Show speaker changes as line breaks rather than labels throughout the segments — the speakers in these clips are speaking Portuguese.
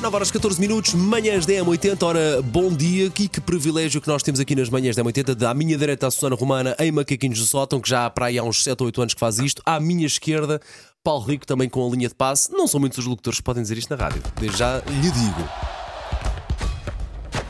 9 horas 14 minutos, manhãs 10 80 Ora, bom dia. Que, que privilégio que nós temos aqui nas manhãs 10 80 Da minha direita, a Susana Romana, em Macaquinhos do Sótão, que já há para aí há uns 7 ou 8 anos que faz isto. À minha esquerda, Paulo Rico, também com a linha de passe. Não são muitos os locutores que podem dizer isto na rádio. Desde já lhe digo.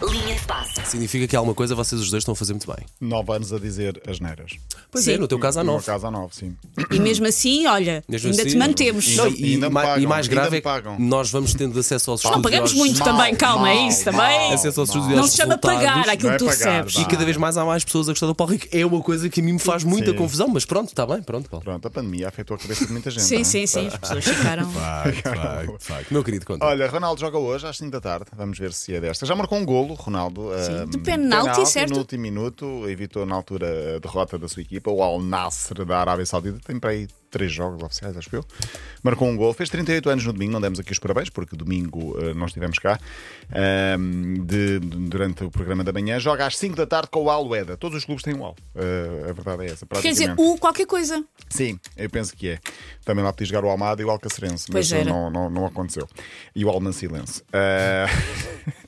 Linha de passe.
Significa que alguma coisa vocês os dois estão a fazer muito bem.
Nove anos a dizer as neiras.
Pois
Sim.
é, no teu caso há
No meu
9.
caso há nove, sim.
E mesmo assim, olha,
Mesmo
ainda
assim,
te mantemos.
Não,
Ainda-
e,
ainda me
ma- e
pagam,
mais
ainda
grave
me
é
pagam.
que nós vamos tendo acesso aos
Não
estudos.
pagamos muito também, calma, é isso também.
Acesso aos estudos
Não se chama pagar
resultados.
aquilo
Não é
que tu
pagar,
recebes.
vá.
E cada vez mais há mais pessoas a gostar do Paulo Rico. É uma coisa que a mim me faz muita
Sim.
confusão, mas pronto, está bem, pronto, Paulo.
Pronto, a pandemia afetou a cabeça de muita gente. não
Sim,
é?
sim, sim. As pessoas ficaram.
Meu querido, conta.
Olha, Ronaldo joga hoje às 5 da tarde. Vamos ver se é desta. Já marcou um golo, Ronaldo.
Sim,
ahm,
de penalti, certo?
No último minuto, evitou na altura a derrota da sua equipa, o Al Nasser da Arábia Saudita. Tem para aí três jogos oficiais, acho eu. Marcou um golo. Fez 38 anos no domingo. Não demos aqui os parabéns, porque domingo eh, não estivemos cá. ahm, de- durante o programa da manhã. Joga às 5 da tarde com o Al Weda. Todos os clubes têm o Al. Eh, a verdade é essa.
Quer dizer, um-
praticamente.
o qualquer coisa.
Sim, eu penso que é. Também lá podia jogar o Almada e o Alcacerense,
Pois
mas
era.
Não, não, não aconteceu. E o Almancilense.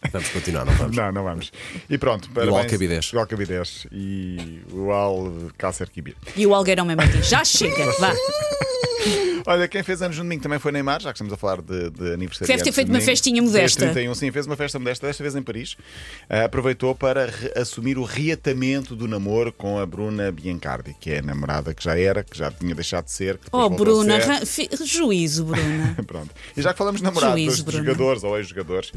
Ah,
Vamos continuar, não vamos?
não, não vamos. E pronto,
o
parabéns.
Alcabidez.
O Alcabidez e o Alcácer Quibir.
E o Algueirão mesmo aqui. Já chega, vá.
Olha, quem fez anos no domingo também foi Neymar, já que estamos a falar de, de aniversário.
Deve ter feito uma festinha modesta.
Fez 31, sim, fez uma festa modesta, desta vez em Paris. Ah, aproveitou para re- assumir o reatamento do namoro com a Bruna Biancardi, que é a namorada que já era, que já tinha deixado de ser. que depois
Oh,
voltou a
Bruna,
ser.
ra- fi- juízo, Bruna.
Pronto. E já que falamos de namorados,
Juízo,
de
Bruno.
jogadores ou ex-jogadores,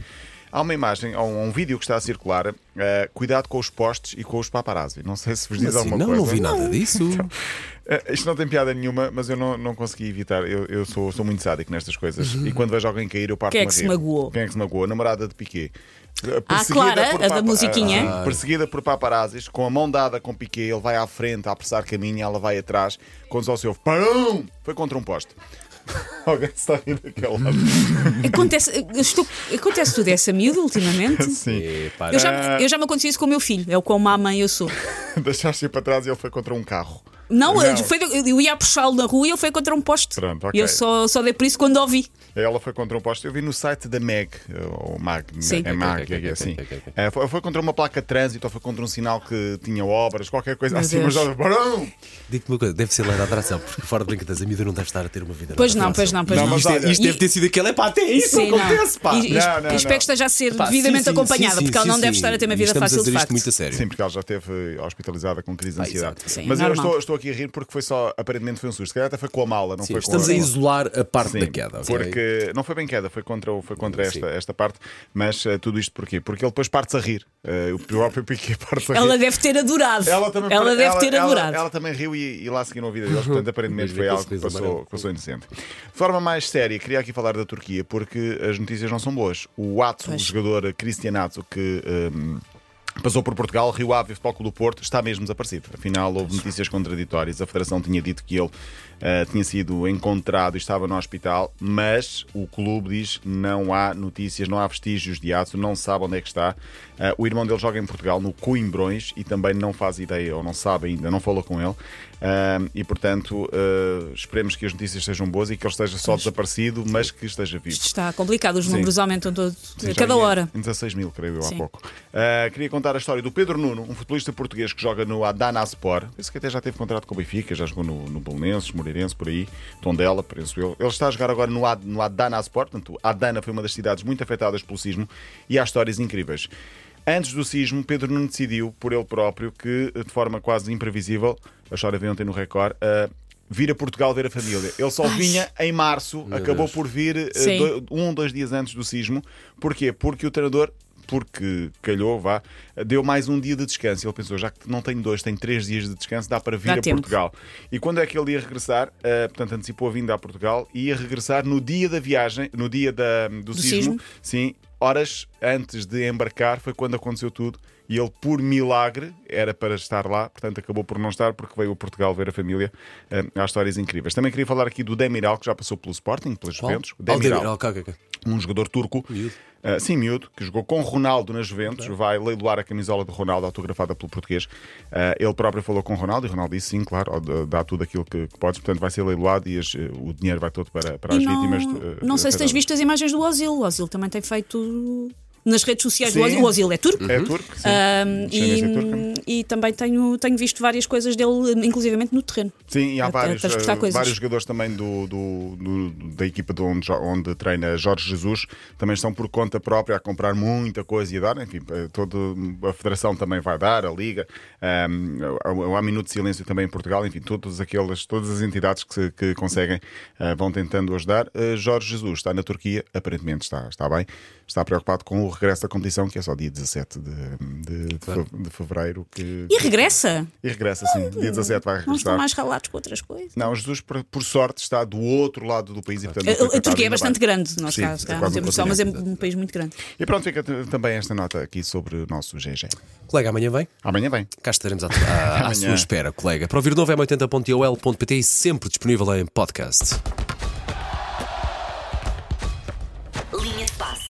há uma imagem, há um, um vídeo que está a circular. eh, cuidado com os postes e com os paparazzi. Não sei se vos diz
Mas, assim,
alguma
não,
coisa.
não vi nada disso.
Eh, isto não tem piada nenhuma, mas eu não, não consegui evitar. Eu, eu sou, sou muito sádico nestas coisas. E quando vejo alguém cair, eu parto
Uhum. Quem é
uma
que se
rir.
magoou?
Quem é que se magoou? A namorada de Piquet. Eh,
Ah,
perseguida
Clara,
por
a da
papa-
musiquinha?
Ah, sim. Perseguida por paparazzis, com a mão dada com Piquet, ele vai à frente a apressar caminho, ela vai atrás. Quando só se ouve, parão! Foi contra um poste. Alguém se está a rir daquele lado.
Acontece, eu estou- acontece tudo essa miúda ultimamente.
Sim.
É, pá,
Eu já, eu já me aconteci isso com o meu filho. É o quão má mãe eu sou.
Deixaste ir para trás e ele foi contra um carro.
Não, Eu,
Não.
foi- eu ia a puxá-lo na rua e ele foi contra um poste.
Pronto,
E
ok.
eu só, só dei por isso quando ouvi.
Ela foi contra um poste. Eu vi no site da Meg, eh, ou Mag,
Sim.
é
Ok,
Mag,
ok,
é
ok,
assim.
ok, ok.
Eh, Foi, foi contra uma placa de trânsito ou foi contra um sinal que tinha obras, qualquer coisa
Meu
assim.
Deus.
Mas olha, barão!
Digo-te uma coisa, deve ser lei da atração, porque fora de brincadeiras, a miúda não deve estar a ter uma vida.
Pois não,
atração.
pois não, pois
Não,
não.
mas
Isto, é- isto
E-
deve ter sido aquela, é pá, até isso
Sim, não.
acontece, pá.
E-
Não,
e-
não,
espero
não.
que esteja a ser
Pá, sim,
devidamente
sim,
acompanhada,
sim,
porque ela
sim,
não
sim.
deve estar a ter uma
E
vida
estamos
fácil
a dizer
de
isto
facto.
muito a sério.
Sim, porque ela já esteve hospitalizada com crise de
Ah,
ansiedade.
exato.
Sim,
Mas eu
normal.
estou, estou aqui a rir porque foi só, aparentemente foi um susto. Se calhar até foi com a mala, não
Sim,
foi com
estamos a
a
isolar a parte
Sim,
da queda. ok?
Porque não foi bem queda, foi contra, o- foi contra
Sim.
esta, esta parte, mas eh, tudo isto porquê? Porque ele depois parte-se a rir. Eh, o próprio Piquet parte-se a rir.
Ela deve ter adorado.
Ela também
Ela deve ter
ela-
adorado.
Ela, também riu e, e lá seguiram a vida deles, portanto, aparentemente
Mas
foi
aquele
algo que
sorriso amarelo.
passou, que passou inocente. De forma mais séria, queria aqui falar da Turquia, porque as notícias não são boas. O Atsu, o
Pois.
jogador Cristian Atsu, que. hum, Passou por Portugal, Rio Ave e Futebol Clube do Porto, está mesmo desaparecido. Afinal, houve notícias contraditórias. A Federação tinha dito que ele ah, tinha sido encontrado e estava no hospital, mas o clube diz não há notícias, não há vestígios de Atsu, não sabe onde é que está. Ah, o irmão dele joga em Portugal, no Coimbrões, e também não faz ideia, ou não sabe ainda, não falou com ele. Ah, e, portanto, ah, esperemos que as notícias sejam boas e que ele esteja só desaparecido, mas que esteja vivo.
Isto está complicado, os números aumentam todo,
Sim,
a
já
cada
ia
hora.
Em 16 mil, creio eu, há
Sim.
pouco. Ah, queria contar a história do Pedro Nuno, um futebolista português que joga no Adanaspor. Esse que até já teve contrato com o Benfica, já jogou no, no Belenenses, Moreirense, por aí, Tondela, penso eu. Ele está a jogar agora no, Ad, no Adanaspor, portanto, Adana foi uma das cidades muito afetadas pelo sismo e há histórias incríveis. Antes do sismo, Pedro Nuno decidiu, por ele próprio, que de forma quase imprevisível, a história veio ontem no Record, ah, vir a Portugal ver a família. Ele só vinha em março, acabou por vir eh,
Sim.
do- um, dois dias antes do sismo. Porquê? Porque o treinador, porque calhou, vá, deu mais um dia de descanso. Ele pensou, já que não tenho dois, tenho três dias de descanso, dá para vir
Dá
a
tempo.
Portugal. E quando é que ele ia regressar? Ah, portanto, antecipou a vinda a Portugal e ia regressar no dia da viagem, no dia da- do, sismo.
sismo.
Sim, horas antes de embarcar foi quando aconteceu tudo. e ele, por milagre, era para estar lá, portanto acabou por não estar porque veio a Portugal ver a família. Eh, há histórias incríveis. Também queria falar aqui do Demiral, que já passou pelo Sporting, pelas Juventus. O
Aldemir, ok, ok, ok.
um jogador turco, ah, sim, miúdo, que jogou com Ronaldo na Juventus, vai leiloar a camisola de Ronaldo, autografada pelo português. Ah, ele próprio falou com Ronaldo e Ronaldo disse: sim, claro, ó, dá- dá tudo aquilo que, que podes, portanto vai ser leiloado e as- eh, o dinheiro vai todo para, para as
E não,
vítimas. ah,
não sei se tens
afetadas.
visto as imagens do Ozil. O Ozil também tem feito nas redes sociais do
Sim.
Ozil. O Ozil é turco.
É turco, sim.
Ahm,
Chinês
Ah, e,
é turco.
e também tenho, tenho visto várias coisas dele, inclusivamente no terreno.
Sim, e há
a- a
vários,
transportar
eh,
coisas.
vários jogadores também do, do- do- da equipa de onde, jo- onde treina Jorge Jesus, também estão por conta própria a comprar muita coisa e a dar, enfim, eh, toda a Federação também vai dar, a Liga, ahm, o- o Há Minuto de Silêncio também em Portugal, enfim, todas aquelas, todas as entidades que, se- que conseguem eh, vão tentando ajudar. Eh, Jorge Jesus está na Turquia, aparentemente está, está bem, está preocupado com o regresso da competição, que é só dia 17 de, de, de fe- de fevereiro. Que,
E regressa.
e regressa, sim, dia 17 vai
Não estão
regressar.
mais ralados com outras coisas.
Não, Jesus, por, por sorte, está do outro lado do país. E, portanto, não foi
A, a
tratado
Turquia é
ainda
bastante
bem.
grande, nós
Sim,
cá,
é
cá não
quase um
temos noção, mas é
continente.
um país muito grande.
E pronto, fica t- também esta nota aqui sobre o nosso GG.
Colega, amanhã vem?
Amanhã vem.
Cá estaremos à, à- à
Amanhã.
sua espera, colega. Para ouvir o novo é 80.ol.pt e sempre disponível em podcast.